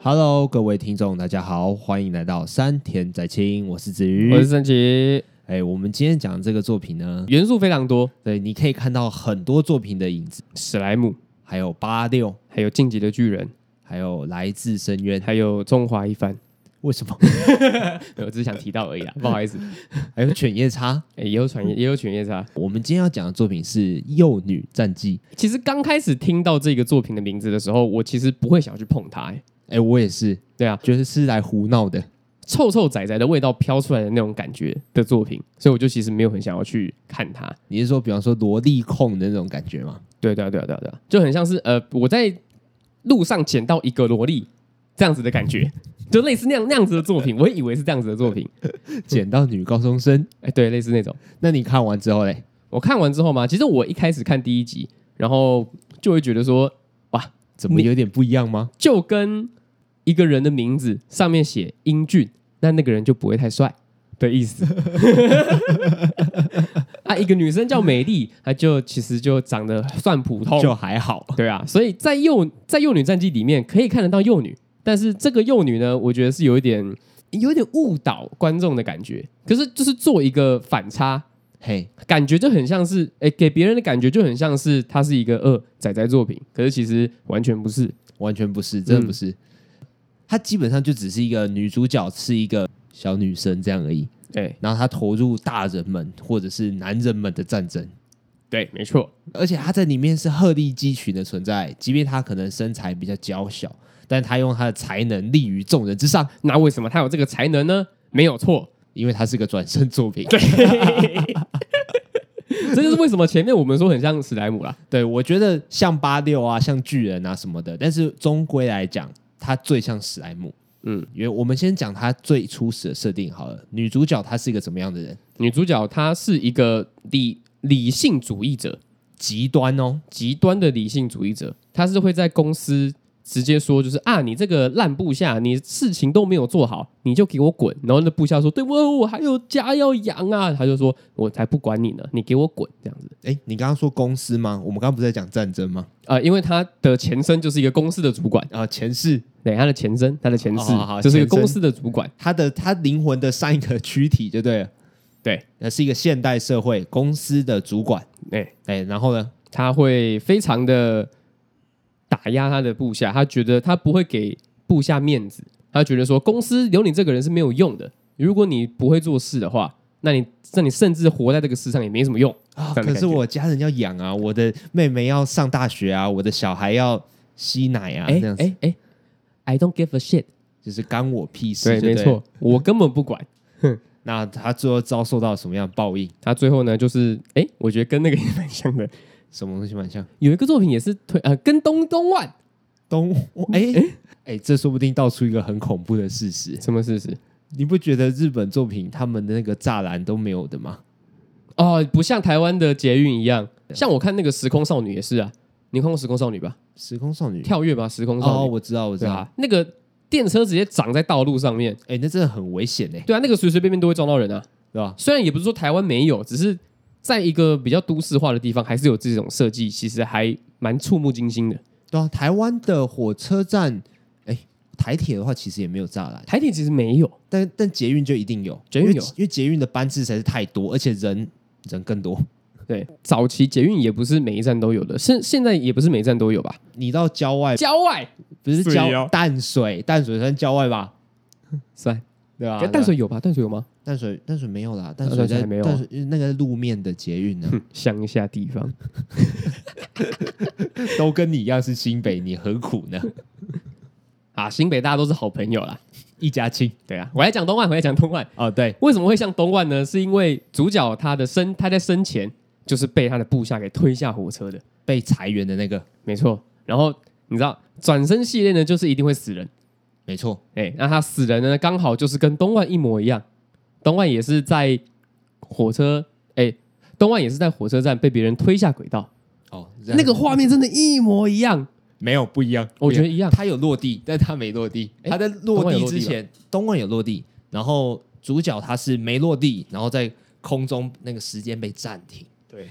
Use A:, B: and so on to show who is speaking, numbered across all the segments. A: Hello，各位听众，大家好，欢迎来到山田仔清，我是子瑜。
B: 我是郑奇，
A: 哎、我们今天讲的这个作品呢，
B: 元素非常多，
A: 对，你可以看到很多作品的影子，
B: 史莱姆，
A: 还有八六，
B: 还有晋级的巨人，
A: 还有来自深渊。
B: 还有中华一番，
A: 为什么？
B: 我只是想提到而已啦，不好意思。
A: 还有犬夜叉。
B: 哎也有犬夜，也啊有犬夜叉。
A: 我们今天要讲的作品是《幼女战记》。
B: 其实刚开始听到这个作品的名字的时候，我其实不会想要去碰它、哎
A: 哎、我也是，
B: 对啊，
A: 觉得是来胡闹的。
B: 臭臭仔仔的味道飘出来的那种感觉的作品，所以我就其实没有很想要去看它。
A: 你是说，比方说萝莉控的那种感觉 吗？
B: 对啊对啊对啊对啊对啊，就很像是呃，我在路上捡到一个萝莉这样子的感觉，就类似那样那样子的作品，我也以为是这样子的作品，
A: 捡到女高中生，
B: 哎，对，类似那种。
A: 那你看完之后嘞？
B: 我看完之后嘛，其实我一开始看第一集，然后就会觉得说，
A: 怎么
B: 你
A: 有点不一样吗？
B: 就跟一个人的名字上面写英俊，那那个人就不会太帅的意思。啊，一个女生叫美丽，她就其实就长得算普通，
A: 就还好，
B: 对啊，所以在幼在幼女战记里面可以看得到幼女，但是这个幼女呢，我觉得是有一点有一点误导观众的感觉，可是就是做一个反差，
A: 嘿，
B: 感觉就很像是，哎、给别人的感觉就很像是它是一个呃仔仔作品，可是其实完全不是。
A: 完全不是，真的不是。她基本上就只是一个女主角，是一个小女生这样而已。
B: 哎、
A: 然后她投入大人们或者是男人们的战争，
B: 对，没错，
A: 而且她在里面是鹤立鸡群的存在，即便她可能身材比较娇小，但她用她的才能立于众人之上，
B: 那为什么他有这个才能呢？没有错，
A: 因为她是个转身作 品。
B: 对，这就是为什么前面我们说很像史莱姆啦。
A: 对，我觉得像八六啊，像巨人啊什么的，但是终归来讲，它最像史莱姆。
B: 嗯，
A: 因为我们先讲它最初始的设定好了。女主角她是一个怎么样的人？
B: 女主角她是一个理理性主义者，
A: 极端哦，
B: 极端的理性主义者，他是会在公司直接说，就是啊，你这个烂部下，你事情都没有做好，你就给我滚。然后那部下说，对我我还有家要养啊，他就说，我才不管你呢，你给我滚这样子。
A: 哎，你刚刚说公司吗？我们刚刚不是在讲战争吗？
B: 呃，因为他的前身就是一个公司的主管，
A: 啊、前世
B: 对，他的前身，他的前世、
A: 哦好好
B: 就是一个
A: 前身
B: 公司的主管，
A: 他的他灵魂的上一个躯体就对了，
B: 对，
A: 那是一个现代社会公司的主管。
B: 哎、
A: 哎，然后呢？
B: 他会非常的打压他的部下，他觉得他不会给部下面子，他觉得说公司留你这个人是没有用的，如果你不会做事的话，那你那你甚至活在这个世上也没什么用。
A: 啊、
B: 这样的
A: 可
B: 感
A: 是
B: 觉
A: 我家人要养啊，我的妹妹要上大学啊，我的小孩要吸奶啊，
B: 哎
A: 这样子、
B: 哎哎，I don't give a shit，
A: 就是干我屁事。
B: 对，
A: 就
B: 没
A: 了
B: 错，我根本不管。
A: 那他最后遭受到什么样的报应？
B: 他最后呢，就是哎，我觉得跟那个也蛮像的，
A: 什么东西蛮像
B: 有一个作品也是推呃跟东东万
A: 东？哎哎、这说不定道出一个很恐怖的事实。
B: 什么事实
A: 你不觉得日本作品他们的那个栅栏都没有的吗？
B: 哦，不像台湾的捷运一样，像我看那个时空少女也是啊，你看过时空少女吧？
A: 时空少女
B: 跳跃吧，时空
A: 哦，
B: 少女，
A: 我知道，我知
B: 对
A: 道。
B: 啊，那个电车直接长在道路上面，
A: 哎、那真的很危险哎、
B: 对啊，那个随随便便都会撞到人啊。
A: 对吧？
B: 虽然也不是说台湾没有，只是在一个比较都市化的地方，还是有这种设计，其实还蛮触目惊心的。
A: 对啊，台湾的火车站，哎、台铁的话其实也没有栅栏，
B: 台铁其实没有，
A: 但但捷运就一定有，
B: 捷运有
A: 因为因为捷运的班次实在是太多，而且人人更多。
B: 对，早期捷运也不是每一站都有的，现现在也不是每一站都有吧？
A: 你到郊外
B: 郊外
A: 不是
B: 水
A: 郊
B: 哦
A: 淡水，淡水算郊外吧？
B: 算，
A: 对吧？
B: 哎淡水有吧？淡水有吗？
A: 淡水淡水没有啊啦，淡
B: 淡
A: 水
B: 水
A: 在
B: 还没有
A: 淡水那个路面的捷运 呢，
B: 乡下地方，
A: 都跟你一样是新北，你何苦呢？
B: 啊，新北大家都是好朋友啦。
A: 一家亲
B: 对啊，我来讲东万，我来讲东万。
A: 哦，对，
B: 为什么会像东万呢？是因为主角他的生他在生前就是被他的部下给推下火车的，
A: 被裁员的那个，
B: 没错。然后你知道转身系列呢，就是一定会死人，
A: 没错，
B: 哎，那他死人呢，刚好就是跟东万一模一样，东万也是在火车，哎，东万也是在火车站被别人推下轨道，
A: 哦，这样
B: 那个画面真的一模一样，
A: 没有不一样，
B: 我觉
A: 不
B: 得一
A: 一样，。
B: 样
A: 他有落地， 但他没落地，
B: 诶
A: 他在落地
B: 东莞有落地
A: 之前，东莞有落地，然后主角他是没落地，然后在空中那个时间被暂停，
B: 对，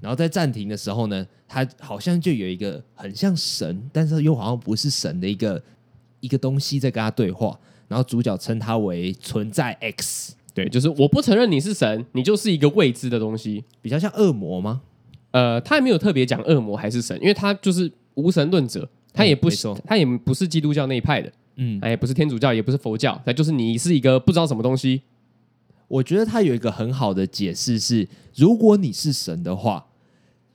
A: 然后在暂停的时候呢，他好像就有一个很像神，但是又好像不是神的一个一个东西在跟他对话，然后主角称他为存在 X，
B: 对，就是我不承认你是神，你就是一个未知的东西。
A: 比较像恶魔吗？
B: 呃，他也没有特别讲恶魔还是神，因为他就是无神论者，他也不
A: 嗯没
B: 是、
A: 错
B: 他也不是基督教那一派的，
A: 嗯，
B: 哎，不是天主教，也不是佛教，那就是你是一个不知道什么东西。
A: 我觉得他有一个很好的解释是，如果你是神的话，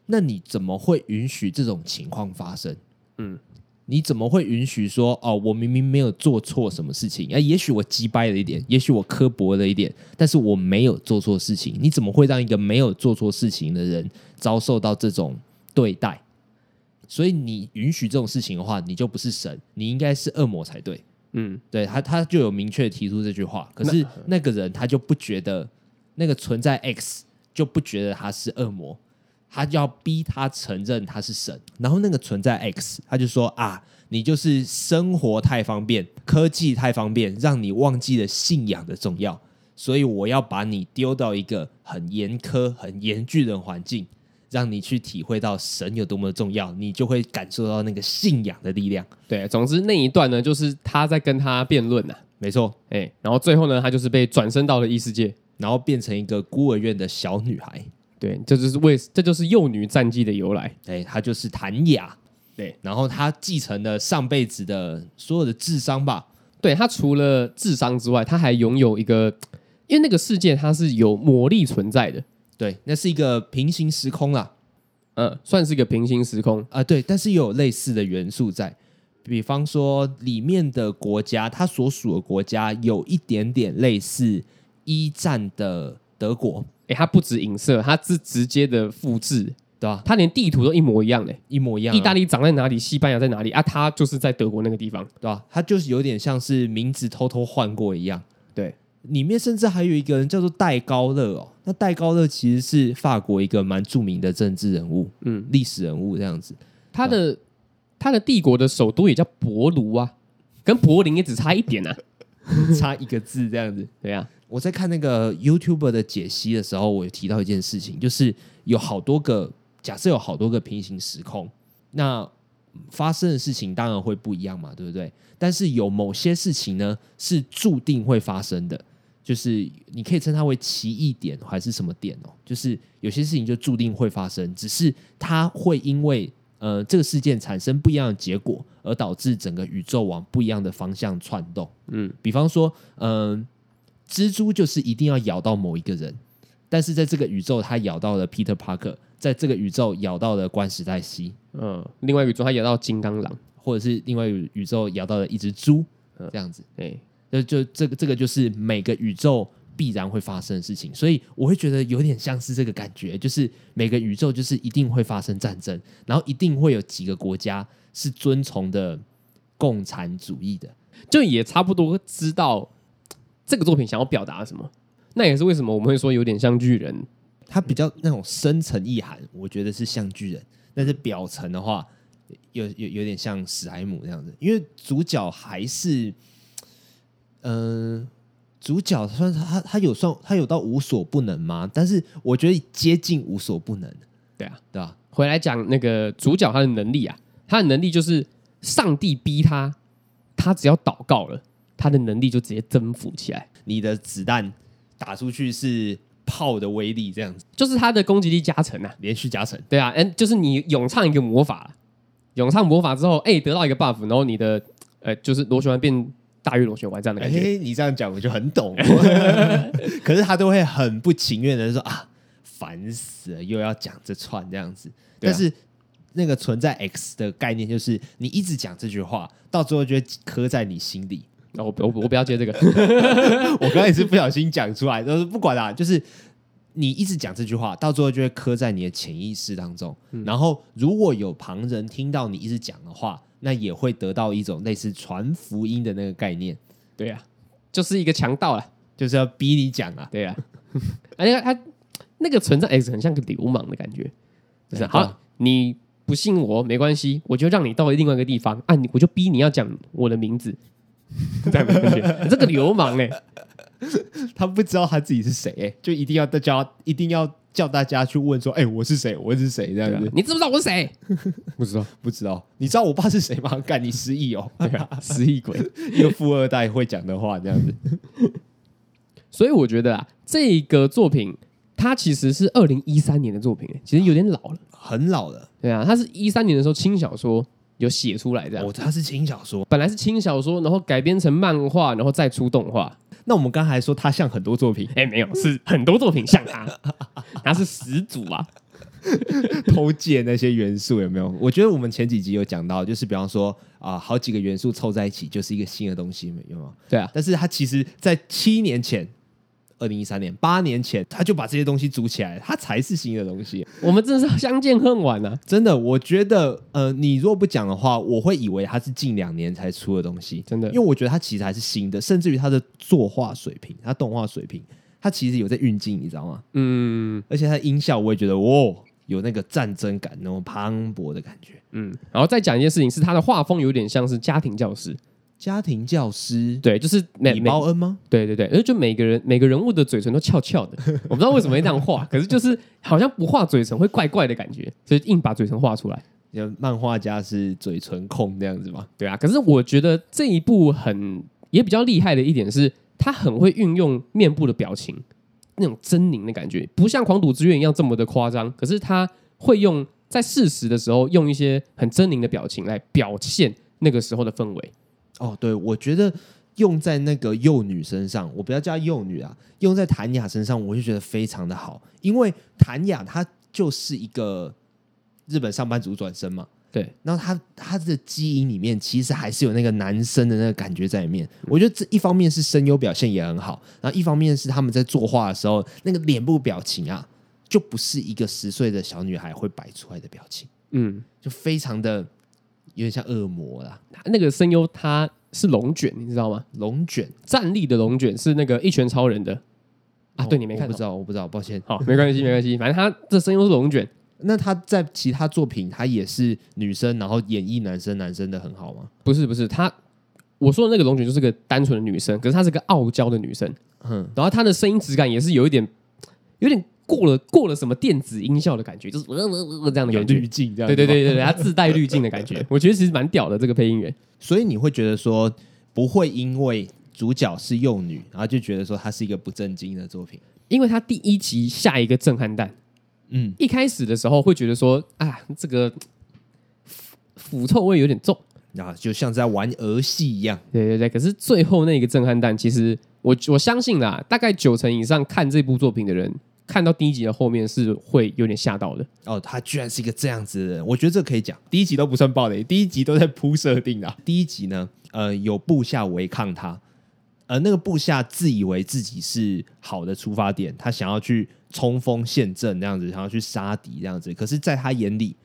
A: 那你怎么会允许这种情况发生？
B: 嗯
A: 嗯，你怎么会允许说哦，我明明没有做错什么事情？啊，也许我击败了一点，也许我刻薄了一点，但是我没有做错事情。你怎么会让一个没有做错事情的人遭受到这种对待？所以你允许这种事情的话，你就不是神，你应该是恶魔才对。
B: 嗯，
A: 对他，他就有明确提出这句话。可是那个人他就不觉得那个存在 X 就不觉得他是恶魔，他就要逼他承认他是神。然后那个存在 X 他就说啊，你就是生活太方便，科技太方便，让你忘记了信仰的重要，所以我要把你丢到一个很严苛、很严峻的环境。让你去体会到神有多么重要，你就会感受到那个信仰的力量。
B: 对，总之那一段呢，就是他在跟他辩论呐、
A: 没错，
B: 哎，然后最后呢，他就是被转身到了异世界。
A: 然后变成一个孤儿院的小女孩。
B: 对，这就是为这就是幼女战绩的由来。
A: 哎，她就是谭雅。
B: 对，
A: 然后她继承了上辈子的所有的智商吧。
B: 对他除了智商之外，他还拥有一个，因为那个世界它是有魔力存在的，
A: 对，那是一个平行时空啦。
B: 嗯，算是一个平行时空。
A: 啊、对，但是也有类似的元素在。比方说，里面的国家，它所属的国家有一点点类似一战的德国，
B: 哎，它不止影射，它是直接的复制，
A: 对吧？
B: 它连地图都一模一样嘞。
A: 一模一样啊、
B: 意大利长在哪里，西班牙在哪里啊？它就是在德国那个地方。
A: 对吧？它就是有点像是名字偷偷换过一样。
B: 对，
A: 里面甚至还有一个人叫做戴高乐哦。那戴高乐其实是法国一个蛮著名的政治人物，
B: 嗯，
A: 历史人物这样子。
B: 它的它的帝国的首都也叫博卢啊，跟柏林也只差一点啊。
A: 差一个字这样子。
B: 对啊，
A: 我在看那个 YouTuber 的解析的时候，我有提到一件事情，就是有好多个假设有好多个平行时空，那发生的事情当然会不一样嘛，对不对？但是有某些事情呢是注定会发生的，就是你可以称它为奇异点还是什么点哦，就是有些事情就注定会发生，只是它会因为呃这个事件产生不一样的结果，而导致整个宇宙往不一样的方向窜动。
B: 嗯，
A: 比方说，嗯、蜘蛛就是一定要咬到某一个人，但是在这个宇宙，它咬到了 Peter Parker，在这个宇宙咬到了关史黛西，
B: 嗯，另外一个宇宙它也到金刚狼，
A: 或者是另外一个宇宙咬到了一只猪，这样子，
B: 哎，
A: 就就这个这个就是每个宇宙必然会发生的事情，所以我会觉得有点像是这个感觉，就是每个宇宙就是一定会发生战争，然后一定会有几个国家是遵从的共产主义的，
B: 就也差不多知道这个作品想要表达什么。那也是为什么我们会说有点像巨人。
A: 它比较那种深层意涵，我觉得是像巨人，但是表层的话，有有有点像史莱姆那样子，因为主角还是，嗯、主角算是他他有算他有到无所不能吗？但是我觉得接近无所不能，
B: 对啊，
A: 对吧？
B: 回来讲那个主角他的能力啊，他的能力就是上帝逼他，他只要祷告了，他的能力就直接征服起来。
A: 你的子弹打出去是炮的威力，这样子
B: 就是他的攻击力加成啊。
A: 连续加成，
B: 对啊，嗯，就是你咏唱一个魔法，咏唱魔法之后，哎，得到一个 buff，然后你的呃，就是螺旋丸变大于螺旋丸这样的
A: 哎、
B: 感觉。
A: 你这样讲我就很懂， 可是他都会很不情愿的说啊，烦死了，又要讲这串这样子。
B: 对啊
A: 但是那个存在 X 的概念就是，你一直讲这句话，到最后就会刻在你心里。
B: 然后、我我我不要接这个，
A: 我刚才也是不小心讲出来，但是不管啦、就是你一直讲这句话，到最后就会刻在你的潜意识当中。
B: 嗯
A: 然后如果有旁人听到你一直讲的话，那也会得到一种类似传福音的那个概念，
B: 对啊，就是一个强盗啦，
A: 就是要逼你讲啊。
B: 对啊，而且他那个存在 X 很像个流氓的感觉，就是
A: 对
B: 好，你不信我没关系，我就让你到另外一个地方啊，你我就逼你要讲我的名 字，这样的感觉，这个流氓哎、
A: 他不知道他自己是谁、欸，就一定要大家一定要叫大家去问说，哎、我是谁？我是谁？这
B: 对
A: 样
B: 啊
A: 子、
B: 你知不知道我是谁？
A: 不知道，不知道。你知道我爸是谁吗？ 干，你失忆哦，
B: 对 啊， 失忆鬼。
A: 一个富二代会讲的话，这样子。
B: 所以我觉得啊，这个作品它其实是二零一三年的作品，其实有点老了。
C: 很老了，
B: 对啊，它是一三年的时候轻小说有写出来这
A: 啊
B: 样，
C: 哦，他是轻小说。
B: 本来是轻小说，然后改编成漫画，然后再出动画。
A: 那我们刚才说他像很多作 品，
B: 哎，没有，是很多作品像 它，它是始祖啊。
A: 偷借那些元素有没有？我觉得我们前几集有讲到，就是比方说啊、好几个元素凑在一起就是一个新的东西，有没有？
B: 对啊，
A: 但是他其实在七年前，二零一三年、八年前，他就把这些东西组起来，它才是新的东西。
B: 我们真的是相见恨晚啊，
A: 真的，我觉得，呃，你如果不讲的话，我会以为它是近两年才出的东西，
B: 真的
A: 因为我觉得它其实还是新的，甚至于它的作画水平、它动画水平，它其实有在运镜，你知道吗？
B: 嗯
A: 而且它的音效，我也觉得，哇，有那个战争感，那种磅礴的感觉。
B: 嗯，然后再讲一件事情，是它的画风有点像是家庭教师，
A: 家庭教师
B: 对，就是每
A: 李
B: 每
A: 包恩吗？
B: 对对对，而且就每个人每个人物的嘴唇都翘翘的，我不知道为什么会这样画，可是就是好像不画嘴唇会怪怪的感觉，所以硬把嘴唇画出来。
A: 有漫画家是嘴唇控这样子吗？
B: 对啊，可是我觉得这一部很也比较厉害的一点是，他很会运用面部的表情，那种狰狞的感觉，不像《狂赌之渊》一样这么的夸张，可是他会用在适时的时候用一些很狰狞的表情来表现那个时候的氛围。
A: 哦，对，我觉得用在那个幼女身上，我不要叫幼女啊，用在谭雅身上，我就觉得非常的好，因为谭雅她就是一个日本上班族转身嘛。
B: 对，
A: 然后她她的基因里面其实还是有那个男生的那个感觉在里面。我觉得这一方面是声优表现也很好，然后一方面是他们在作画的时候那个脸部表情啊，就不是一个十岁的小女孩会摆出来的表情，
B: 嗯，
A: 就非常的有点像恶魔啦，
B: 那个声优他是龙卷，你知道吗？
A: 龙卷。
B: 站立的龙卷是那个一拳超人的啊，
A: 哦
B: 对你没看
A: 我不
B: 到
A: 知，道，我不知道，抱歉。
B: 好，没关系，没关系，反正他这声优是龙卷，
A: 那他在其他作品，他也是女生，然后演绎男生，男生的很好吗？
B: 不是不是他，我说的那个龙卷就是个单纯的女生，可是她是个傲娇的女生，
A: 嗯，
B: 然后她的声音质感也是有一点，有点过了过了什么电子音效的感觉，就是呃呃呃呃这样的
A: 有
B: 感觉，
A: 滤镜这样。
B: 对对对。对对，她自带滤镜的感 觉，我觉得其实蛮屌的这个配音员，
A: 所以你会觉得说，不会因为主角是幼女，然后就觉得说她是一个不正经的作品。
B: 因为他第一集下一个震撼弹，
A: 嗯，
B: 一开始的时候会觉得说啊这个腐腐臭味有点重。
A: 然后就像在玩儿戏一样。
B: 对对对，可是最后那个震撼弹，其实我我相信啦，大概九成以上看这部作品的人，看到第一集的后面是会有点吓到的。
A: 哦，他居然是一个这样子的人，我觉得这可以讲。第一集都不算暴雷，第一集都在铺设定啊。第一集呢，呃，有部下违抗他，呃，那个部下自以为自己是好的出发点，他想要去冲锋陷阵那样子，想要去杀敌这样子。可是，在他眼里，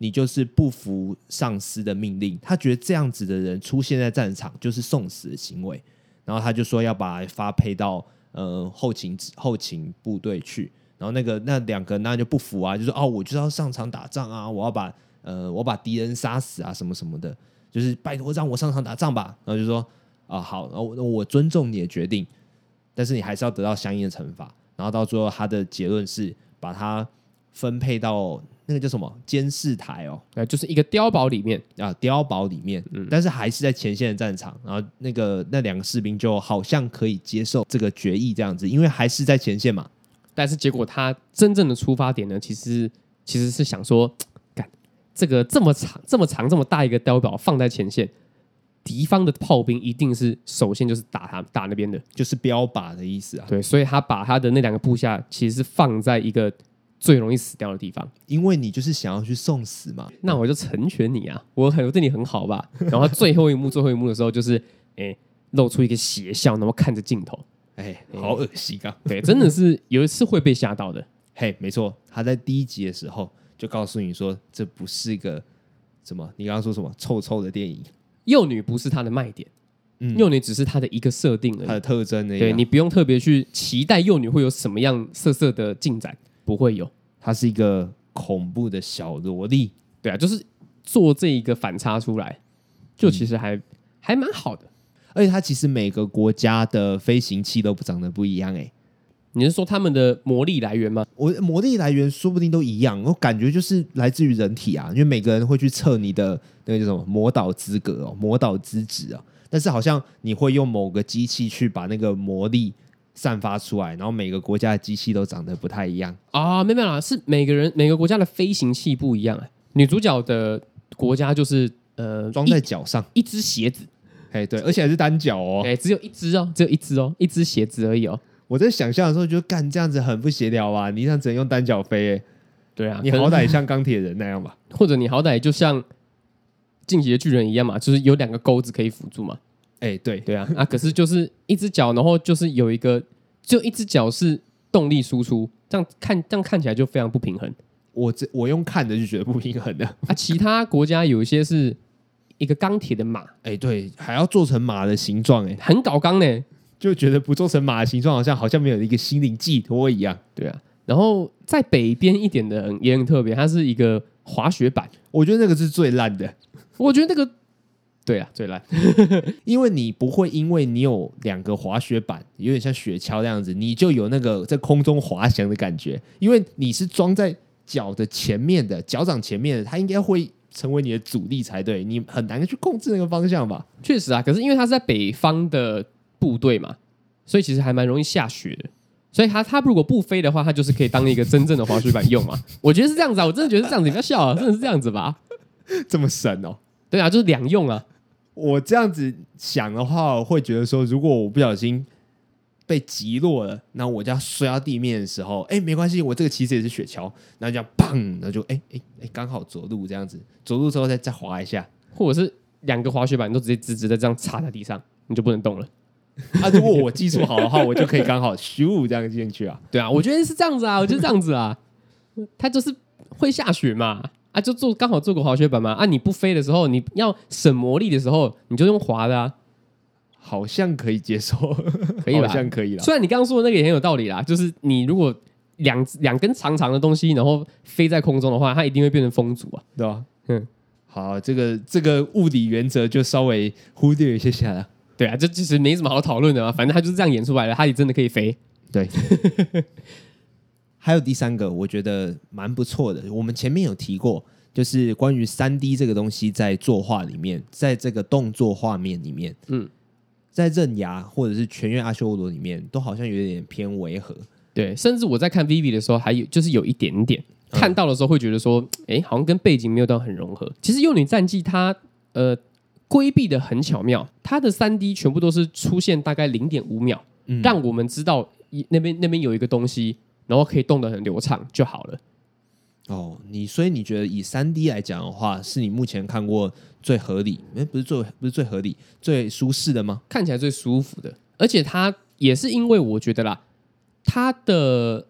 A: 你就是不服上司的命令。他觉得这样子的人出现在战场就是送死的行为，然后他就说要把发配到呃后勤后勤部队去。然后那个那两个那就不服啊，就说哦，我就是要上场打仗啊，我要把呃我把敌人杀死啊，什么什么的，就是拜托让我上场打仗吧。然后就说啊好，然后我我尊重你的决定，但是你还是要得到相应的惩罚。然后到最后他的结论是把他分配到那个叫什么监视台哦，
B: 呃，就是一个碉堡里面，
A: 啊碉堡里面，
B: 嗯
A: 但是还是在前线的战场。然后那个那两个士兵就好像可以接受这个决议这样子，因为还是在前线嘛。
B: 但是结果他真正的出发点呢，其实其实是想说，干这个这么长、这么长、这么大一个碉堡放在前线，敌方的炮兵一定是首先就是打他打那边的，
A: 就是标靶的意思啊，
B: 对，所以他把他的那两个部下其实是放在一个最容易死掉的地方。
A: 因为你就是想要去送死嘛。
B: 那我就成全你啊，我很我对你很好吧。然后最后一幕，最后一幕的时候就是，哎、露出一个邪笑，然后看着镜头，
A: 哎，
B: 哎
A: 好恶心啊！
B: 对，真的是有一次会被吓到的。
A: 嘿，没错，他在第一集的时候就告诉你说，这不是一个什么，你刚刚说什么臭臭的电影，
B: 幼女不是她的卖点，
A: 嗯
B: 幼女只是她的一个设定
A: 它
B: 而已。
A: 的啊特征呢？
B: 对你，不用特别去期待幼女会有什么样色色的进展，不会有。
A: 它是一个恐怖的小萝莉。
B: 对啊，就是做这一个反差出来，
A: 嗯
B: 就其实还、还蛮好的。
A: 而且它其实每个国家的飞行器都不长得不一样哎、
B: 你是说他们的魔力来源吗？
A: 我魔力来源说不定都一样，我感觉就是来自于人体啊，因为每个人会去测你的那个叫什么魔导资格哦，魔导资质啊。但是好像你会用某个机器去把那个魔力散发出来，然后每个国家的机器都长得不太一样。
B: 啊，没有没有啦，是每个人每个国家的飞行器不一样、欸。女主角的国家就是呃，
A: 装在脚上，
B: 一一只鞋子，
A: 哎，对，而且还是单脚哦。
B: 哎、只有一只哦，只有一只哦，一只鞋子而已哦。
A: 我在想象的时候就干这样子很不协调啊，你这样只能用单脚飞、哎
B: 对啊，
A: 你
B: 可能
A: 好歹像钢铁人那样吧？
B: 或者你好歹就像进击的巨人一样嘛，就是有两个钩子可以辅助嘛。
A: 哎、对，
B: 对啊，啊，可是就是一只脚，然后就是有一个，就一只脚是动力输出，这样看这样看起来就非常不平衡。
A: 我这我用看的就觉得不平衡的。
B: 啊，其他国家有一些是一个钢铁的马，
A: 哎、对，还要做成马的形状，哎，
B: 很搞刚呢。
A: 就觉得不做成马的形状，好像好像没有一个心灵寄托一样。
B: 对啊，然后在北边一点的很也很特别，它是一个滑雪板，
A: 我觉得那个是最烂的，
B: 我觉得那个对啊最烂，
A: 因为你不会因为你有两个滑雪板，有点像雪橇那样子，你就有那个在空中滑翔的感觉，因为你是装在脚的前面的，脚掌前面的，它应该会成为你的阻力才对，你很难去控制那个方向吧？
B: 确实啊。可是因为它是在北方的部队嘛，所以其实还蛮容易下雪的。所以它它如果不飞的话，它就是可以当一个真正的滑雪板用嘛。 我觉得是这样子啊，我真的觉得是这样子，你不要笑啊，真的是这样子吧？
A: 这么神哦！
B: 对啊，就是两用啊。
A: 我这样子想的话，我会觉得说，如果我不小心被击落了，那我就要摔到地面的时候，哎、没关系，我这个其实也是雪橇，然后这样砰，然后就哎哎哎，刚、好着陆这样子，着陆之后再再滑一下。
B: 或者是两个滑雪板都直接直直的这样插在地上，你就不能动了。
A: 啊，如果我技术好的话，我就可以刚好咻这样进去啊。
B: 对啊，我觉得是这样子啊，我觉得这样子啊， 它就是会下雪嘛，啊，就做刚好做个滑雪板嘛，啊，你不飞的时候，你要省魔力的时候，你就用滑 的啊，
A: 好像可以接受，
B: 可以吧
A: 好？像可以了。
B: 虽然你刚刚说的那个也很有道理啦，就是你如果两两根长长的东西，然后飞在空中的话，它一定会变成风阻啊。
A: 对吧？
B: 嗯
A: 嗯，好，这个这个物理原则就稍微忽略一下下了。
B: 对啊，这其实没什么好讨论的嘛，反正它就是这样演出来的，它也真的可以飞。
A: 对， 还有第三个，我觉得蛮不错的。我们前面有提过，就是关于三 D 这个东西在作画里面，在这个动作画面里面，
B: 嗯
A: 嗯，在刃牙或者是全院阿修罗里面，都好像有点偏违和。
B: 对，甚至我在看 Vivi 的时候，还有就是有一点点看到的时候会觉得说，哎、好像跟背景没有到很融合。其实《幼女战记》它呃规避的很巧妙，它的三 D 全部都是出现大概零点五秒，
A: 嗯
B: 让我们知道一那边那边有一个东西，然后可以动得很流畅就好了。
A: 哦，你所以你觉得以三 D 来讲的话，是你目前看过最合理？诶，不是最不是最合理，最舒适的吗？
B: 看起来最舒服的。而且它也是因为我觉得啦，它的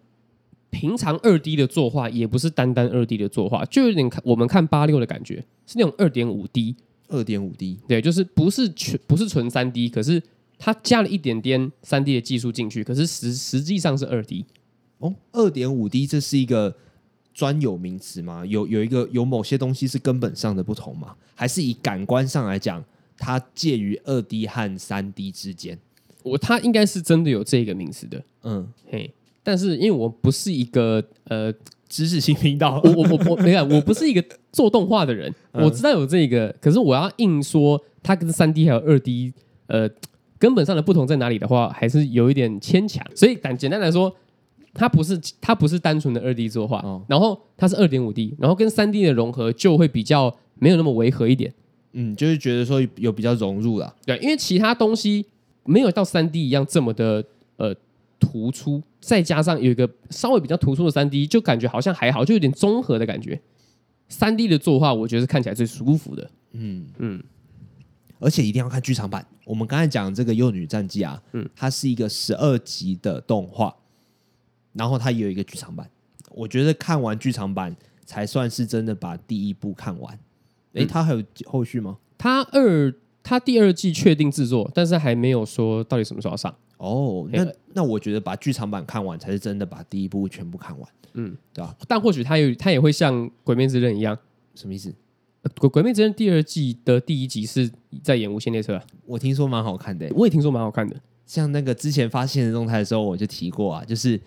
B: 平常二 D 的作画也不是单单二 D 的作画，就有点看我们看八六的感觉，是那种二点五 D，
A: 二点五 D，
B: 对，就是不是全不是纯三 D，可是它加了一点点三 D 的技术进去，可是实实际上是二 D。
A: 哦，二点五 D 这是一个专有名词吗？有有一个有某些东西是根本上的不同吗？还是以感官上来讲，它介于二 D 和三 D 之间？
B: 我它应该是真的有这个名词的，
A: 嗯，
B: 嘿。但是因为我不是一个呃，
A: 知识型频道
B: 我我我我没有，我不是一个做动画的人，
A: 嗯
B: 我知道有这个，可是我要硬说它跟三 D 还有二 D 呃根本上的不同在哪里的话，还是有一点牵强。所以简简单来说，它不是它不是单纯的二 D 作画，
A: 哦
B: 然后它是二点五 D，然后跟三 D 的融合就会比较没有那么违和一点。
A: 嗯，就是觉得说有比较融入了。
B: 对，因为其他东西没有到三 D 一样这么的呃突出，再加上有一个稍微比较突出的三 D，就感觉好像还好，就有点综合的感觉。三 D 的作画，我觉得是看起来最舒服的。
A: 而且一定要看剧场版。我们刚才讲这个《幼女战记》啊，嗯，它是一个十二集的动画，然后它也有一个剧场版。我觉得看完剧场版才算是真的把第一部看完。诶，它还有后续吗？
B: 它二，它第二季确定制作，但是还没有说到底什么时候要上。
A: 哦，那
B: 对
A: 那我觉得把剧场版看完才是真的把第一部全部看完。
B: 嗯
A: 嗯，对吧、
B: 但或许它有，它也会像《鬼灭之刃》一样，
A: 什么意思？
B: 呃鬼《鬼灭之刃》第二季的第一集是在演无限列车啊、
A: 我听说蛮好看的、
B: 我也听说蛮好看的。
A: 像那个之前发现的动态的时候，我就提过啊，就是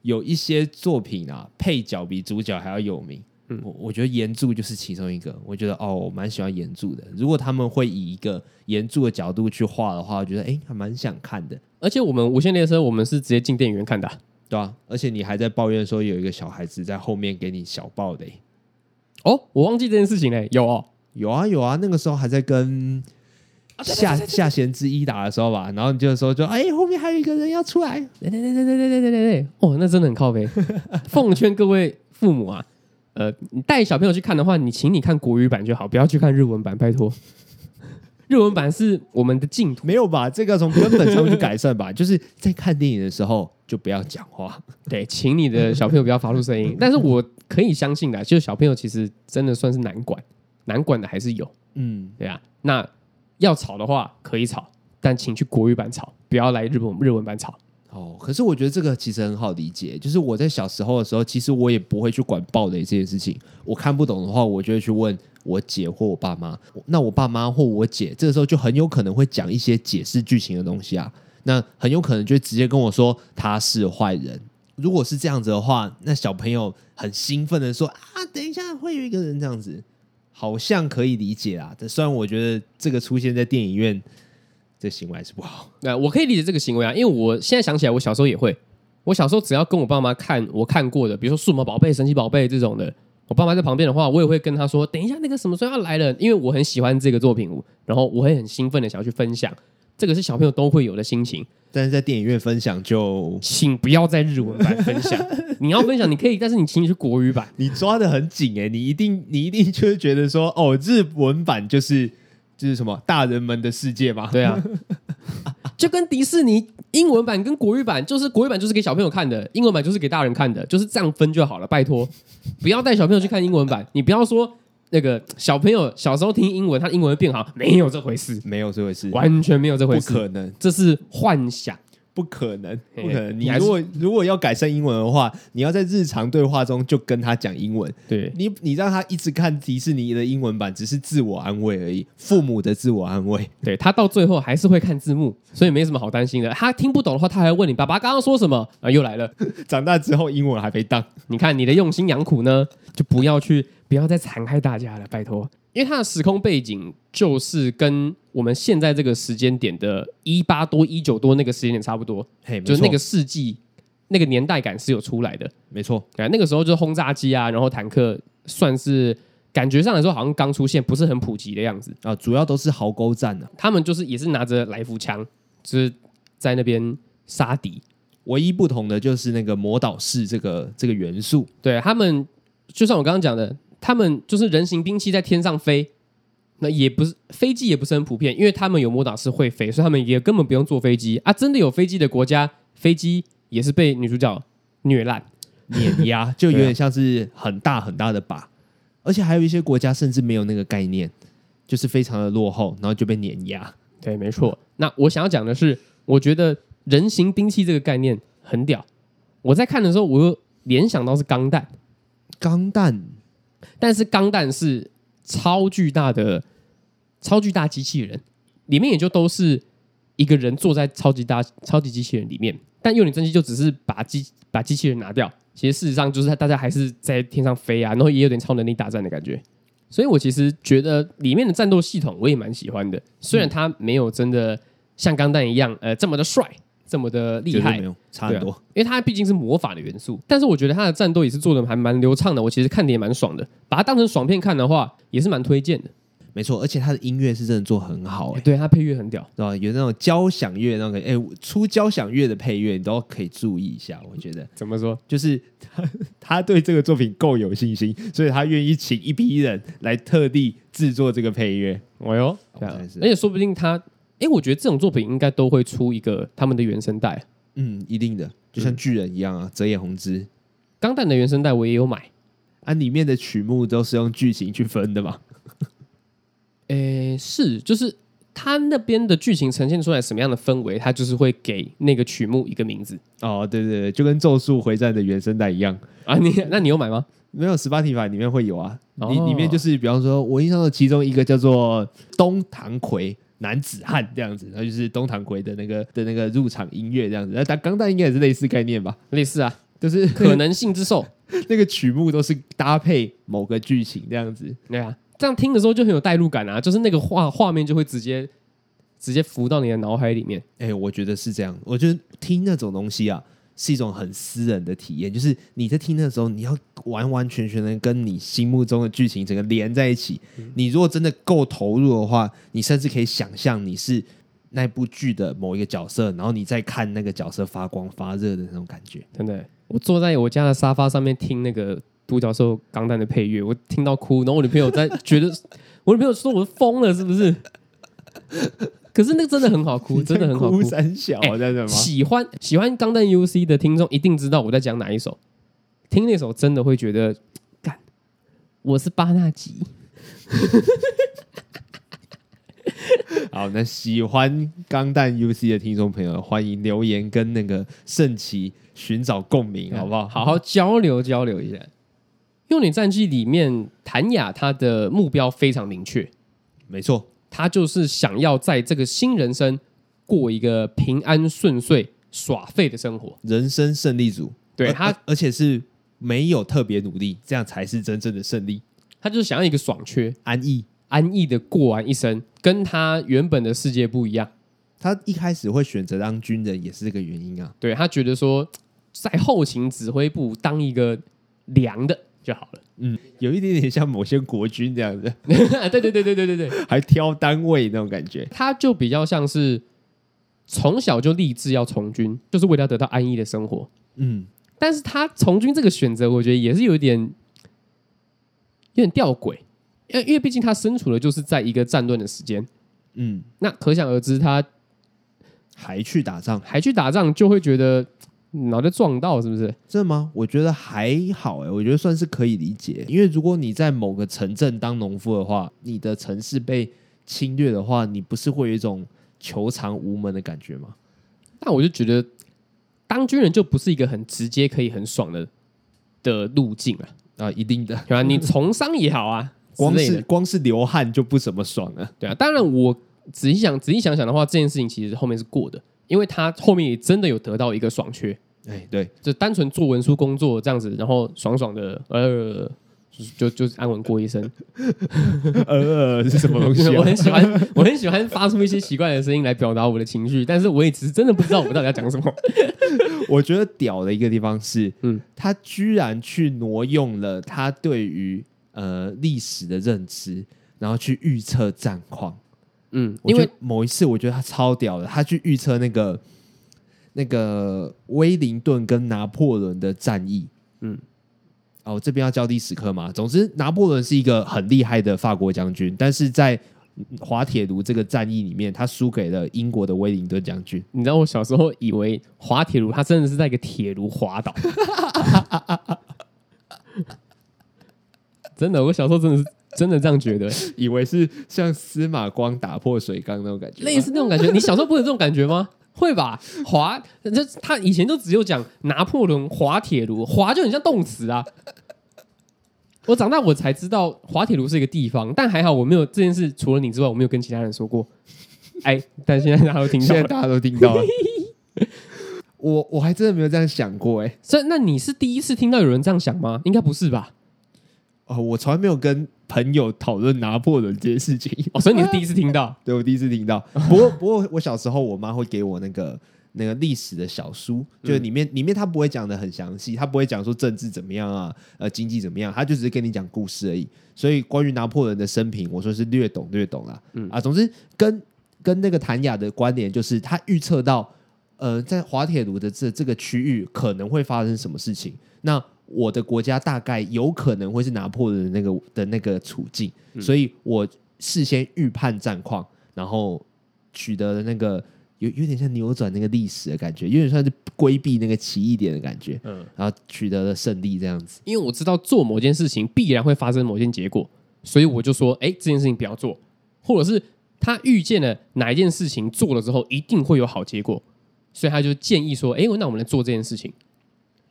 A: 有一些作品啊，配角比主角还要有名。嗯，我我觉得岩柱就是其中一个。我觉得哦，我蛮喜欢岩柱的。如果他们会以一个岩柱的角度去画的话，我觉得哎，还蛮想看的，
B: 而且我们《无限列车》我们是直接进电影院看的啊、
A: 对吧、而且你还在抱怨说有一个小孩子在后面给你小抱的、诶
B: 哦，我忘记这件事情嘞，有哦，
A: 有啊有啊，那个时候还在跟
B: 啊
A: 下下弦之一打的时候吧，然后你就说就哎、后面还有一个人要出来，
B: 对对对对对对对对对，哦，那真的很靠背。奉劝各位父母啊，呃，你带小朋友去看的话，你请你看国语版就好，不要去看日文版，拜托。日文版是我们的净土，
A: 没有吧？这个从根本上面去改善吧，就是在看电影的时候就不要讲话。
B: 对，请你的小朋友不要发出声音。但是我可以相信的，就是小朋友其实真的算是难管，难管的还是有，
A: 嗯，
B: 对啊。那要吵的话可以吵，但请去国语版吵，不要来日本日文版吵。
A: 哦，可是我觉得这个其实很好理解，就是我在小时候的时候，其实我也不会去管暴雷这件事情。我看不懂的话，我就会去问我姐或我爸妈。那我爸妈或我姐这个时候就很有可能会讲一些解释剧情的东西啊，那很有可能就会直接跟我说他是坏人。如果是这样子的话，那小朋友很兴奋的说啊，等一下会有一个人这样子，好像可以理解啦。但虽然我觉得这个出现在电影院，这行为还是不好。
B: 那、我可以理解这个行为啊，因为我现在想起来，我小时候也会。我小时候只要跟我爸妈看我看过的，比如说《数码宝贝》《神奇宝贝》这种的，我爸妈在旁边的话，我也会跟他说：“等一下，那个什么时候要来了？”因为我很喜欢这个作品，然后我会很兴奋的想要去分享。这个是小朋友都会有的心情，
A: 但是在电影院分享就
B: 请不要在日文版分享。你要分享，你可以，但是你请你去国语版。
A: 你抓的很紧哎、你一定你一定就是觉得说，哦，日文版就是就是什么大人们的世界 嘛，
B: 对啊，就跟迪士尼英文版跟国语版，就是国语版就是给小朋友看的，英文版就是给大人看的，就是这样分就好了。拜托， 不要带小朋友去看英文版，你不要说那个小朋友小时候听英文，他英文会变好，没有这回事，
A: 没有这回事，
B: 完全没有这回
A: 不
B: 事，
A: 可能，
B: 这是幻想。
A: 不可能，
B: 嘿
A: 不可能。你
B: 你还是
A: 如果如果要改善英文的话，你要在日常对话中就跟他讲英文。
B: 对，
A: 你你让他一直看迪士尼的英文版，只是自我安慰而已，父母的自我安慰。
B: 对他到最后还是会看字幕，所以没什么好担心的。他听不懂的话，他还问你爸爸刚刚说什么啊？又来了。
A: 长大之后，英文还被当。
B: 你看你的用心良苦呢，就不要去，不要再残害大家了，拜托。因为它的时空背景就是跟我们现在这个时间点的一八多、一九多那个时间点差不多，
A: 嘿，
B: 就是那
A: 没错
B: 个世纪那个年代感是有出来的。
A: 没错，
B: 啊，那个时候就是轰炸机啊，然后坦克算是感觉上来说好像刚出现，不是很普及的样子。
A: 啊，主要都是壕沟战啊。
B: 他们就是也是拿着来福枪，就是在那边杀敌。
A: 唯一不同的就是那个魔导士这个这个元素，
B: 对他们，就像我刚刚讲的，他们就是人形兵器在天上飞，那也不是飞机也不是很普遍，因为他们有魔导士会飞，所以他们也根本不用坐飞机啊。真的有飞机的国家，飞机也是被女主角虐烂。
A: 碾 压，就有
B: 对啊
A: 点像是很大很大的靶，而且还有一些国家甚至没有那个概念，就是非常的落后，然后就被碾压。
B: 对，没错。那我想要讲的是，我觉得人形兵器这个概念很屌。我在看的时候，我又联想到是钢弹，
A: 钢弹
B: 但是钢弹是超巨大的超巨大机器人，里面也就都是一个人坐在超级大超级机器人里面，但幼女真希就只是把机把机器人拿掉，其实事实上就是大家还是在天上飞啊，然后也有点超能力大战的感觉。所以我其实觉得里面的战斗系统我也蛮喜欢的，虽然它没有真的像钢弹一样呃这么的帅，这么的厉
A: 绝对啊
B: 害
A: 没，有差很多，
B: 因为它毕竟是魔法的元素，但是我觉得它的战斗也是做的还蛮流畅的，我其实看的也蛮爽的。把它当成爽片看的话，也是蛮推荐的。
A: 没错。而且它的音乐是真的做很好、欸，
B: 哦对，它配乐很屌。
A: 对吧？有那种交响乐那个，哎、出交响乐的配乐你都可以注意一下。我觉得
B: 怎么说？
A: 就是 他他对这个作品够有信心，所以他愿意请一批人来特地制作这个配乐。
B: 我哟，对啊
A: 真是
B: 而且说不定它，哎，我觉得这种作品应该都会出一个他们的原声带。
A: 嗯，一定的，就像巨人一样啊，泽野弘之。
B: 钢弹的原声带我也有买，
A: 啊，里面的曲目都是用剧情去分的嘛？
B: 诶，是，就是它那边的剧情呈现出来什么样的氛围，它就是会给那个曲目一个名字
A: 哦，对对对，就跟《咒术回战》的原声带一样，
B: 啊。你那你有买吗？
A: 没有 Spotify 里面会有啊。里、
B: 哦
A: 里面就是，比方说，我印象中其中一个叫做东堂葵，男子汉这样子，那就是东堂葵的那个的那个入场音乐这样子。那打钢弹应该也是类似概念吧？
B: 类似啊，
A: 就是
B: 可能性之兽，
A: 那个曲目都是搭配某个剧情这样子。
B: 对啊，这样听的时候就很有代入感啊，就是那个画画面就会直接直接浮到你的脑海里面。
A: 哎、我觉得是这样。我觉得听那种东西啊，是一种很私人的体验，就是你在听的时候，你要完完全全的跟你心目中的剧情整个连在一起。
B: 嗯
A: 你如果真的够投入的话，你甚至可以想象你是那部剧的某一个角色，然后你再看那个角色发光发热的那种感觉。
B: 真的，我坐在我家的沙发上面听那个独角兽钢弹的配乐，我听到哭，然后我女朋友在觉得， 我女朋友说我疯了，是不是？可是那个真的很好哭，真的很 好
A: 哭
B: 哭。
A: 三小
B: 哎
A: 啊，在什么？
B: 喜欢喜欢钢弹 UC 的听众一定知道我在讲哪一首，听那首真的会觉得，干，我是巴纳吉。
A: 好，那喜欢钢弹 UC 的听众朋友，欢迎留言跟那个圣奇寻找共鸣，
B: 哎
A: 好不好？
B: 好好交流交流一下。幼女战记里面，谭雅她的目标非常明确，
A: 没错，
B: 她就是想要在这个新人生过一个平安顺遂、耍废的生活。
A: 人生胜利组，
B: 对
A: 而
B: 他
A: 而而且是没有特别努力，这样才是真正的胜利，
B: 她就是想要一个爽缺、
A: 安逸。
B: 安逸的过完一生，跟她原本的世界不一样。
A: 他一开始会选择当军人，也是这个原因啊。
B: 对她觉得说，在后勤指挥部当一个凉的就好了。
A: 嗯，有一点点像某些国军这样子，
B: 对对对对对对对，
A: 还挑单位那种感觉。
B: 他就比较像是从小就立志要从军，就是为了要得到安逸的生活。
A: 嗯，
B: 但是他从军这个选择，我觉得也是有一点有点吊诡，因为因为毕竟他身处的就是在一个战乱的时间，
A: 嗯，
B: 那可想而知，他
A: 还去打仗，
B: 还去打仗，就会觉得嗯脑袋撞到是不是？
A: 这吗？我觉得还好哎、我觉得算是可以理解。因为如果你在某个城镇当农夫的话，你的城市被侵略的话，你不是会有一种求偿无门的感觉吗？
B: 但我就觉得当军人就不是一个很直接可以很爽的的路径啊，
A: 啊，一定的，
B: 对吧、你从商也好啊，
A: 光
B: 之类的
A: 是光是流汗就不怎么爽了。
B: 对啊，当然我仔细想仔细想想的话，这件事情其实后面是过的，因为他后面也真的有得到一个爽缺，
A: 哎，对，
B: 就单纯做文书工作这样子，然后爽爽的呃。就就安稳过一生，
A: 呃，是什么东西、
B: 我
A: 啊？
B: 很喜欢，我很喜欢发出一些奇怪的声音来表达我的情绪，但是我也只是真的不知道我到底要讲什么。
A: 我觉得屌的一个地方是，
B: 嗯
A: 嗯，他居然去挪用了他对于呃历史的认知，然后去预测战况。
B: 嗯，
A: 我
B: 因
A: 觉
B: 为
A: 得某一次，我觉得他超屌的，他去预测那个那个威灵顿跟拿破仑的战役。
B: 嗯
A: 嗯，哦，这边要教历史课吗？总之，拿破仑是一个很厉害的法国将军，但是在滑铁卢这个战役里面，他输给了英国的威灵顿将军。
B: 你知道，我小时候以为滑铁卢，它真的是在一个铁炉滑倒。 真的，我小时候真的是真的这样觉得、
A: 以为是像司马光打破水缸那种感觉吗，
B: 类似那种感觉。你小时候不会有这种感觉吗？ 会吧？滑，这他以前就只有讲拿破仑滑铁卢，滑就很像动词啊。 我长大我才知道滑铁卢是一个地方，但还好我没有这件事，除了你之外，我没有跟其他人说过。哎，但现在大家都听 到
A: 现在
B: 了。
A: 大家都听 到了。我我还真的没有这样想过哎、
B: 所以，那你是第一次听到有人这样想吗？应该不是吧？
A: 哦，我从来没有跟朋友讨论拿破仑这件事情，
B: 哦，所以你是第一次听到。
A: 对我第一次听到。不过不过，我小时候我妈会给我那个那个历史的小书，就是里面里面她不会讲的很详细，她不会讲说政治怎么样啊，呃经济怎么样，她就只是跟你讲故事而已。所以关于拿破仑的生平，我说是略懂略懂啦。啊，总之跟跟那个谭雅的关联就是，她预测到呃在滑铁卢的这这个区域可能会发生什么事情。那我的国家大概有可能会是拿破仑的那个的那个处境，所以我事先预判战况，然后取得了那个有有点像扭转那个历史的感觉，有点像是规避那个奇异点的感觉，
B: 嗯
A: 嗯，然后取得了胜利这样子。
B: 因为我知道做某件事情必然会发生某件结果，所以我就说，哎，这件事情不要做，或者是他遇见了哪一件事情做了之后一定会有好结果，所以他就建议说，哎，那我们来做这件事情。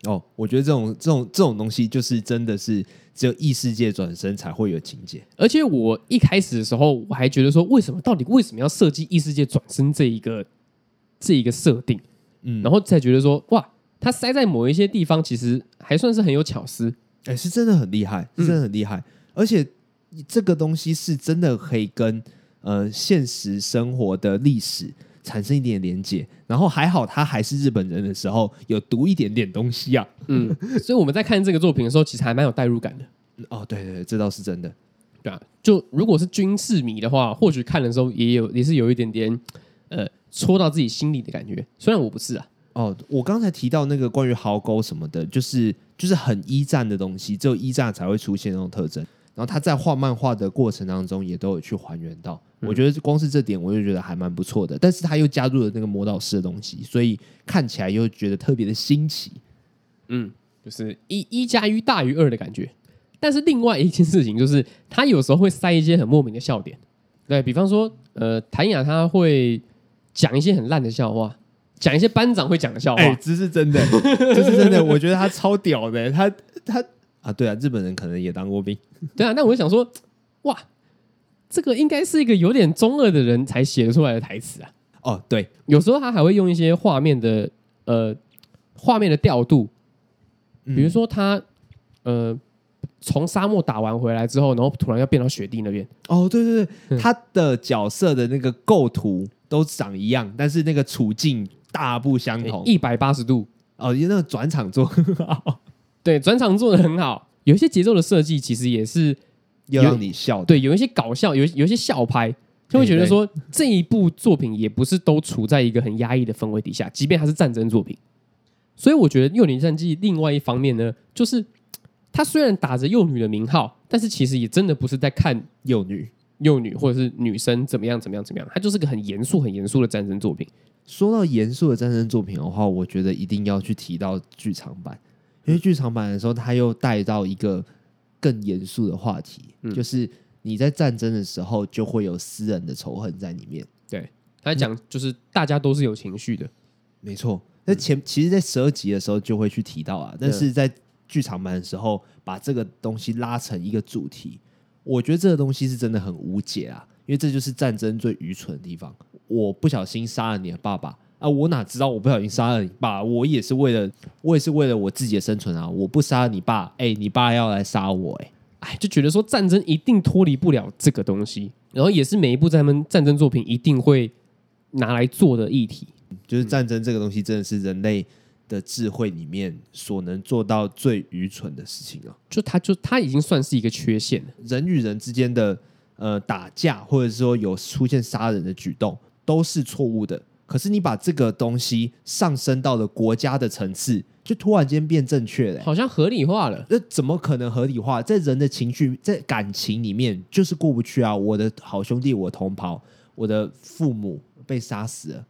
A: 哦，我觉得这种这种这种东西，就是真的是只有异世界转身才会有情节。
B: 而且我一开始的时候，我还觉得说，为什么到底为什么要设计异世界转身这一个这一个设定？嗯，然后才觉得说，哇，它塞在某一些地方，其实还算是很有巧思。
A: 哎、是真的很厉害，是真的很厉害，而且这个东西是真的可以跟呃现实生活的历史产生一点连接。然后还好他还是日本人的时候，有读一点点东西啊。
B: 嗯，所以我们在看这个作品的时候，其实还蛮有代入感的，
A: 哦，对对对，这倒是真的。
B: 对啊，就如果是军事迷的话，或许看的时候也有也是有一点点呃戳到自己心里的感觉。虽然我不是啊，
A: 哦，我刚才提到那个关于壕沟什么的，就是就是很一战的东西，只有一战才会出现那种特征。然后他在画漫画的过程当中，也都有去还原到。我觉得光是这点，我就觉得还蛮不错的。但是他又加入了那个魔导师的东西，所以看起来又觉得特别的新奇。
B: 嗯，就是一一加一大于二的感觉。但是另外一件事情就是，他有时候会塞一些很莫名的笑点。对比方说，呃，谭雅他会讲一些很烂的笑话，讲一些班长会讲的笑话。
A: 哎、这是真的， 这是真的。我觉得他超屌的，他他啊，对啊，日本人可能也当过兵。
B: 对啊，那我就想说，哇，这个应该是一个有点中二的人才写得出来的台词啊。
A: 哦，对，
B: 有时候他还会用一些画面的呃画面的调度，比如说他、呃从沙漠打完回来之后，然后突然要变到雪地那边，
A: 哦，对对对，他的角色的那个构图都长一样，但是那个处境大不相同。
B: 哎一百八十度，
A: 哦，因为那个转场 做很好，
B: 对，转场做的很好。有一些节奏的设计其实也是
A: 要让你笑的。
B: 对，有一些搞笑，有一有一些笑拍，就会觉得说这一部作品也不是都处在一个很压抑的氛围底下，即便它是战争作品。所以我觉得《幼女战记》另外一方面呢，就是它虽然打着幼女的名号，但是其实也真的不是在看
A: 幼女。
B: 幼女或者是女生怎么样怎么样怎么样，它就是个很严肃很严肃的战争作品。
A: 说到严肃的战争作品的话，我觉得一定要去提到剧场版，因为剧场版的时候，他又带到一个更严肃的话题，就是你在战争的时候就会有私人的仇恨在里面。
B: 对，它讲就是大家都是有情绪的，
A: 没错，那前其实，在十二集的时候就会去提到啊，但是在剧场版的时候，把这个东西拉成一个主题，我觉得这个东西是真的很无解啊，因为这就是战争最愚蠢的地方。我不小心杀了你的爸爸啊，我哪知道我不小心杀了你爸？我也是为了我也是为了我自己的生存啊，我不杀了你爸，哎、你爸要来杀我、哎，
B: 哎，就觉得说战争一定脱离不了这个东西，然后也是每一部战争战争作品一定会拿来做的议题。
A: 就是战争这个东西真的是人类的智慧里面所能做到最愚蠢的事情啊。
B: 就它就它已经算是一个缺陷了。
A: 人与人之间的呃打架，或者是说有出现杀人的举动，都是错误的。可是你把这个东西上升到了国家的层次，就突然间变正确了、欸
B: 好像合理化了，
A: 那怎么可能合理化？在人的情绪、在感情里面，就是过不去啊！我的好兄弟，我同袍，我的父母被杀死了。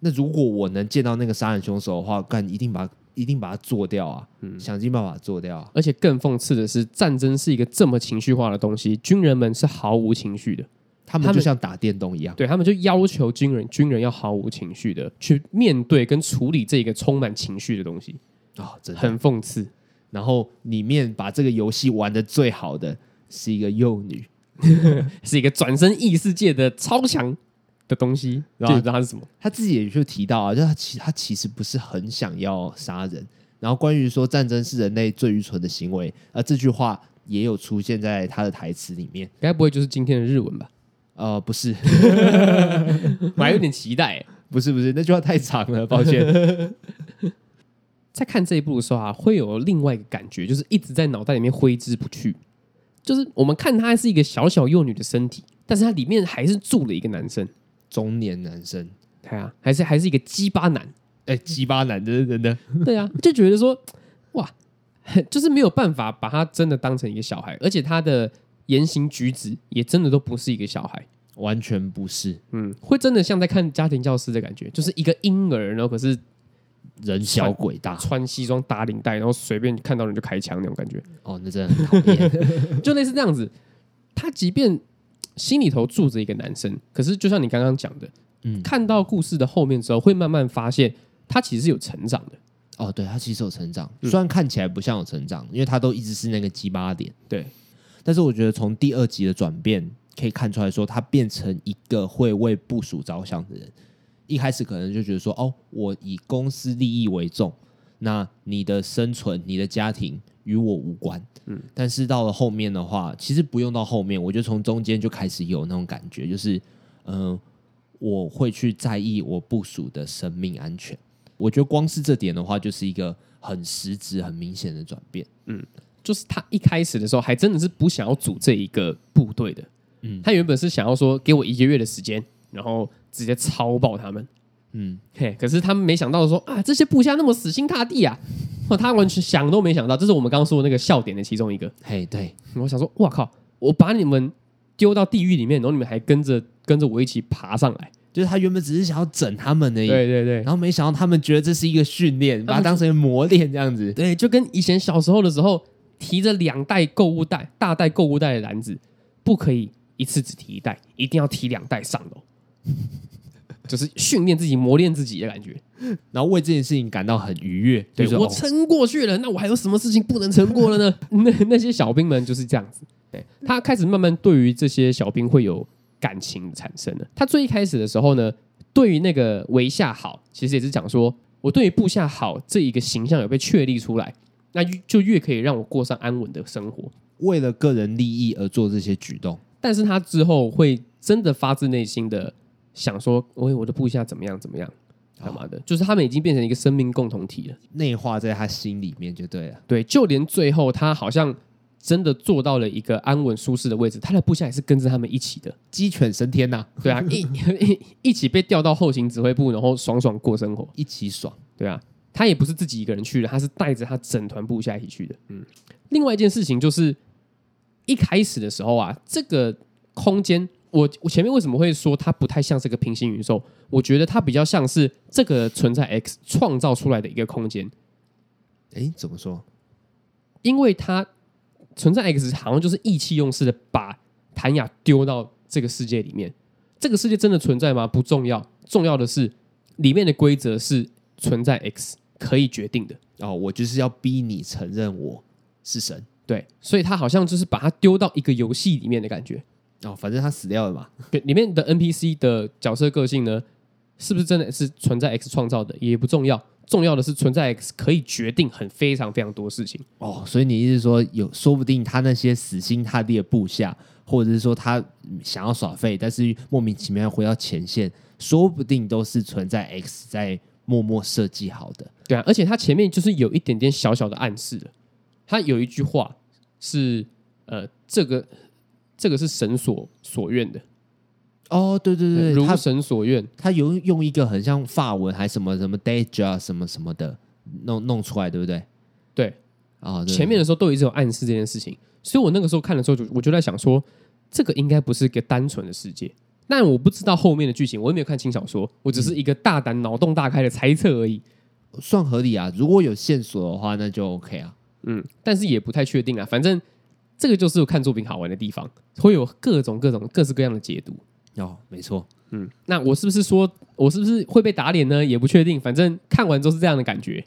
A: 那如果我能见到那个杀人凶手的话，干一定把一定把他做掉啊！
B: 嗯
A: 想尽办法做掉啊！
B: 而且更讽刺的是，战争是一个这么情绪化的东西，军人们是毫无情绪的，
A: 他
B: 他
A: 们
B: 们
A: 就像打电动一样。
B: 对他们就要求军人军人要毫无情绪的去面对跟处理这个充满情绪的东西，
A: 啊、真的
B: 很讽刺。
A: 然后里面把这个游戏玩的最好的是一个幼女，
B: 是一个转身异世界的超强的东西，然后
A: 对
B: 知道它是什么？
A: 她自己也就提到啊，就她其她其实不是很想要杀人。然后关于说战争是人类最愚蠢的行为，而这句话也有出现在她的台词里面。
B: 该不会就是今天的日文吧？
A: 呃，不是，
B: 我还有点期待、欸。
A: 不是，不是，那句话太长了，抱歉。
B: 在看这一部的时候啊，会有另外一个感觉，就是一直在脑袋里面挥之不去。就是我们看她是一个小小幼女的身体，但是她里面还是住了一个男生，
A: 中年男生，
B: 对啊，还是还是一个鸡巴男，
A: 哎，鸡巴男，真的真的，
B: 对啊，就觉得说，哇，就是没有办法把他真的当成一个小孩，而且他的言行举止也真的都不是一个小孩，
A: 完全不是
B: 嗯，会真的像在看家庭教师的感觉，就是一个婴儿，然后可是
A: 人小鬼 大
B: 穿西装打领带，然后随便看到人就开枪那种感觉，
A: 哦，那真的很讨厌。
B: 就类似这样子。他即便心里头住着一个男生，可是就像你刚刚讲的，
A: 嗯
B: 看到故事的后面之后，会慢慢发现他其实是有成长的。
A: 哦，对他其实有成长，虽然看起来不像有成长，因为他都一直是那个鸡巴点。
D: 对，
A: 但是我觉得从第二集的转变可以看出来说，他变成一个会为部署着想的人。一开始可能就觉得说，哦，我以公司利益为重，那你的生存、你的家庭与我无关。嗯，但是到了后面的话，其实不用到后面，我觉得从中间就开始有那种感觉，就是，嗯、我会去在意我部署的生命安全。我觉得光是这点的话，就是一个很实质、很明显的转变。
B: 就是他一开始的时候还真的是不想要组这一个部队的，嗯，他原本是想要说给我一个月的时间，然后直接超爆他们，
A: 嗯，
B: 嘿，可是他们没想到说啊，这些部下那么死心塌地啊，哦，他完全想都没想到，这是我们刚刚说的那个笑点的其中一个。
A: 嘿，对，
B: 我想说，哇靠，我把你们丢到地狱里面，然后你们还跟着跟着我一起爬上来，
A: 就是他原本只是想要整他们而已，
B: 对对对
A: 然后没想到他们觉得这是一个训练，把它当成磨练这样子。
B: 对，就跟以前小时候的时候提着两袋购物袋、大袋购物袋的篮子，不可以一次只提一袋，一定要提两袋上楼，就是训练自己、磨练自己的感觉。
A: 然后为这件事情感到很愉悦，
B: 对
A: 就是
B: 我
A: 哦
B: 撑过去了，那我还有什么事情不能撑过了呢？ 嗯那那些小兵们就是这样子，对他开始慢慢对于这些小兵会有感情产生了。他最一开始的时候呢，对于那个围下好，其实也是讲说我对于部下好这一个形象有被确立出来，那就就越可以让我过上安稳的生活。
A: 为了个人利益而做这些举动。
B: 但是他之后会真的发自内心的想说，喂，我的部下怎么样怎么样，干嘛的？就是他们已经变成一个生命共同体了。
A: 内化在他心里面就对了，
B: 对，就连最后他好像真的坐到了一个安稳舒适的位置，他的部下也是跟着他们一起的。
A: 鸡犬升天呐、
B: 对啊，一 一一起被调到后勤指挥部，然后爽爽过生活。
A: 一起爽。
B: 对啊，他也不是自己一个人去的，他是带着他整团部下一起去的。嗯，另外一件事情就是一开始的时候啊，这个空间。我我前面为什么会说它不太像是个平行宇宙？我觉得它比较像是这个存在 X 创造出来的一个空间，
A: 哎，怎么说？
B: 因为它存在 X 好像就是意气用事的把谭雅丢到这个世界里面。这个世界真的存在吗？不重要，重要的是里面的规则是存在 X 可以决定的。
A: 哦，我就是要逼你承认我是神。
B: 对，所以他好像就是把它丢到一个游戏里面的感觉。
A: 哦，反正他死掉了嘛。
B: 对里面的 NPC 的角色个性呢，是不是真的是存在 X 创造的也不重要，重要的是存在 X 可以决定很非常非常多事情。
A: 哦，所以你意思是说，有说不定他那些死心塌地的部下，或者是说他嗯想要耍废，但是莫名其妙回到前线，说不定都是存在 X 在默默设计好的。
B: 对啊，而且他前面就是有一点点小小的暗示的，他有一句话是呃，这个这个是神所所愿的，
A: 哦，对对对，
B: 如
A: 他
B: 神所愿。
A: 他有用一个很像法文还什么什么 deja 什么什么的弄弄出来，对不对？
B: 对，
A: 哦，对
B: 前面的时候都一直有暗示这件事情，所以我那个时候看的时候就我就在想说，这个应该不是一个单纯的世界。但我不知道后面的剧情，我也没有看清小说，我只是一个大胆、脑洞大开的猜测而已。
A: 算合理啊。如果有线索的话，那就 OK 啊。
B: 嗯，但是也不太确定啊。反正这个就是看作品好玩的地方，会有各种各种各式各样的解读。
A: 哦，没错，
B: 嗯，那我是不是说我是不是会被打脸呢？也不确定，反正看完之后是这样的感觉。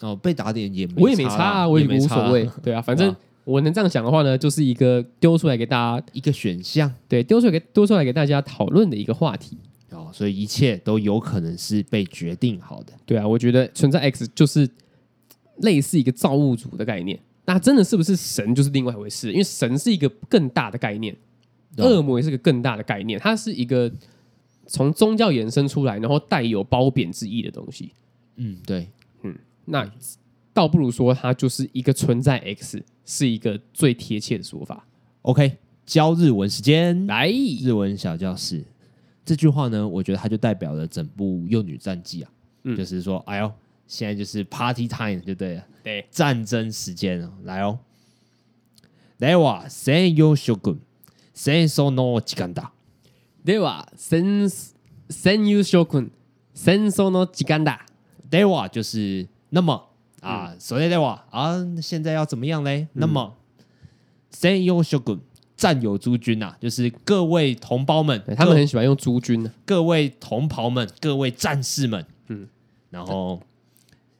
A: 哦，被打点也没
B: 我也没
A: 差
B: 差
A: 啦
B: 啊，我也
A: 没
B: 无
A: 差啊
B: 所谓，对啊，反正
A: 哇
B: 我能这样想的话呢，就是一个丢出来给大家，
A: 一个选项
B: 对，丢出来给丢出来给大家讨论的一个话题。
A: 哦，所以一切都有可能是被决定好的。
B: 对啊，我觉得存在 X 就是类似一个造物主的概念。那真的是不是神就是另外一回事，因为神是一个更大的概念，
A: 对啊
B: 恶魔也是个更大的概念，它是一个从宗教衍生出来，然后带有褒贬之意的东西。
A: 嗯，对，
B: 那倒不如说它就是一个存在 X 是一个最贴切的说法。
A: OK，教日文时间，
B: 来，
A: 日文小教室这句话呢，我觉得它就代表了整部《幼女战记》啊，
B: 嗯
A: 就是说，哎呦，现在就是 party time 就对了，
B: 对，
A: 战争时间哦，来哦，来哇，戦有諸君，戦争の時間だ。
B: では戦戦友諸君戦争の時間だ。
A: では就是那么啊，所以では啊，现在要怎么样嘞？那么戦有諸君，战友诸君呐，就是各位同胞们
B: 对，他们很喜欢用诸君呢、啊
A: 各位同袍们、各位战士们，嗯，然后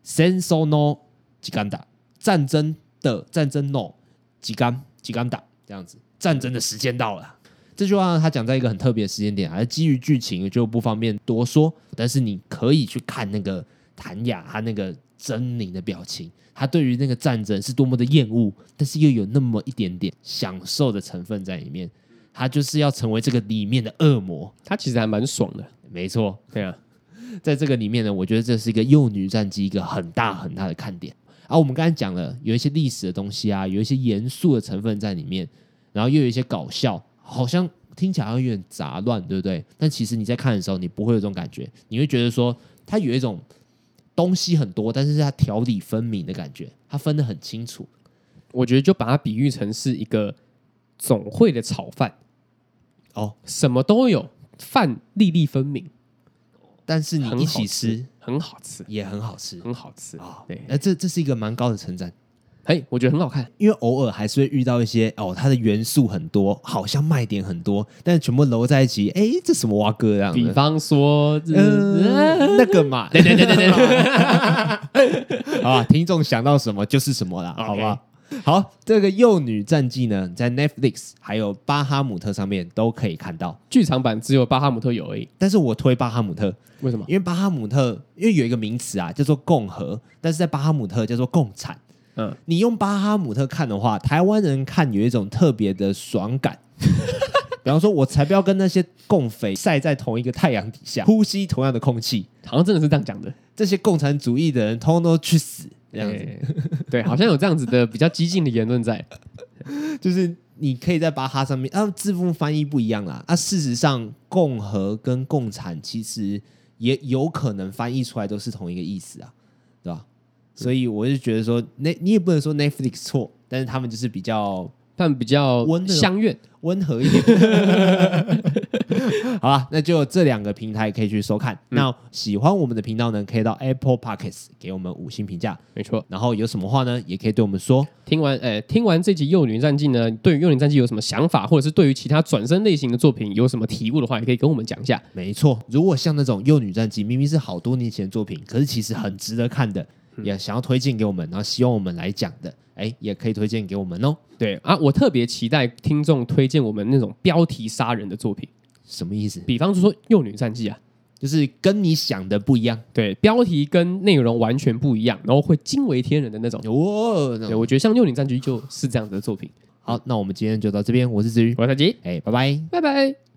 A: 戦争の時間だ，战争的战争 no 時間時間だ，这样子，战争的时间到了。这句话呢它讲在一个很特别的时间点啊，而基于剧情就不方便多说，但是你可以去看那个谭雅她那个狰狞的表情，她对于那个战争是多么的厌恶，但是又有那么一点点享受的成分在里面，她就是要成为这个里面的恶魔。
B: 他其实还蛮爽的，
A: 没错，
B: 对啊，
A: 在这个里面呢，我觉得这是一个幼女战机一个很大很大的看点。啊，我们刚才讲了，有一些历史的东西啊，有一些严肃的成分在里面，然后又有一些搞笑，好像听起来好像有点杂乱，对不对？但其实你在看的时候，你不会有这种感觉，你会觉得说它有一种东西很多，但是它条理分明的感觉，它分得很清楚。
B: 我觉得就把它比喻成是一个总会的炒饭
A: 哦，
B: 什么都有，饭粒粒分明，
A: 但是你
B: 很
A: 一
B: 好
A: 起吃
B: 很好吃，
A: 也很好吃
B: 很好吃
A: 啊！
B: 对，
A: 那、这这是一个蛮高的称赞。
B: 嘿，我觉得很好看，
A: 因为偶尔还是会遇到一些哦，它的元素很多，好像卖点很多，但是全部揉在一起，哎，这什么蛙哥这样
B: 比
A: 的？
B: 方说，
A: 嗯、
B: 呃
A: 那个嘛，
B: 对对对对 对，
A: 好吧，听众想到什么就是什么啦，
B: OK
A: 好不好？好，这个幼女战记呢，在 Netflix 还有巴哈姆特上面都可以看到，
B: 剧场版只有巴哈姆特有而已，
A: 但是我推巴哈姆特，
B: 为什么？
A: 因为巴哈姆特因为有一个名词啊，叫做共和，但是在巴哈姆特叫做共产。
B: 嗯，
A: 你用巴哈姆特看的话，台湾人看有一种特别的爽感。比方说，我才不要跟那些共匪晒在同一个太阳底下，呼吸同样的空气。
B: 好像真的是这样讲的，
A: 这些共产主义的人，通通都去死！这样子，
B: 子，哎对，好像有这样子的比较激进的言 论在，
A: 就是你可以在巴哈上面啊，字幕翻译不一样啦。啊，事实上，共和跟共产其实也有可能翻译出来都是同一个意思啊，对吧？所以我就觉得说，那你也不能说 Netflix 错，但是他们就是比较
B: 但比较
A: 温的
B: 相怨，
A: 温和一点。 好啦，那就这两个平台可以去收看。那喜欢我们的频道呢，可以到 Apple Podcasts 给我们五星评价，
B: 没错。
A: 然后有什么话呢，也可以对我们说。
B: 听完，呃，听完这集《幼女战记》呢，对于《幼女战记》有什么想法，或者是对于其他转身类型的作品有什么体悟的话，也可以跟我们讲一下。
A: 没错，如果像那种幼女战记，明明是好多年前的作品，可是其实很值得看的，也想要推荐给我们，然后希望我们来讲的，哎，也可以推荐给我们哦。
B: 对啊，我特别期待听众推荐我们那种标题杀人的作品，
A: 什么意思？
B: 比方说《幼女战记》啊，
A: 就是跟你想的不一样
B: 对，标题跟内容完全不一样，然后会惊为天人的那种。
A: 哦。那
B: 对，我觉得像《幼女战记》就是这样子的作品。
A: 好，那我们今天就到这边，我是子瑜，
B: 我是大吉，
A: 哎，拜拜。
B: 拜拜。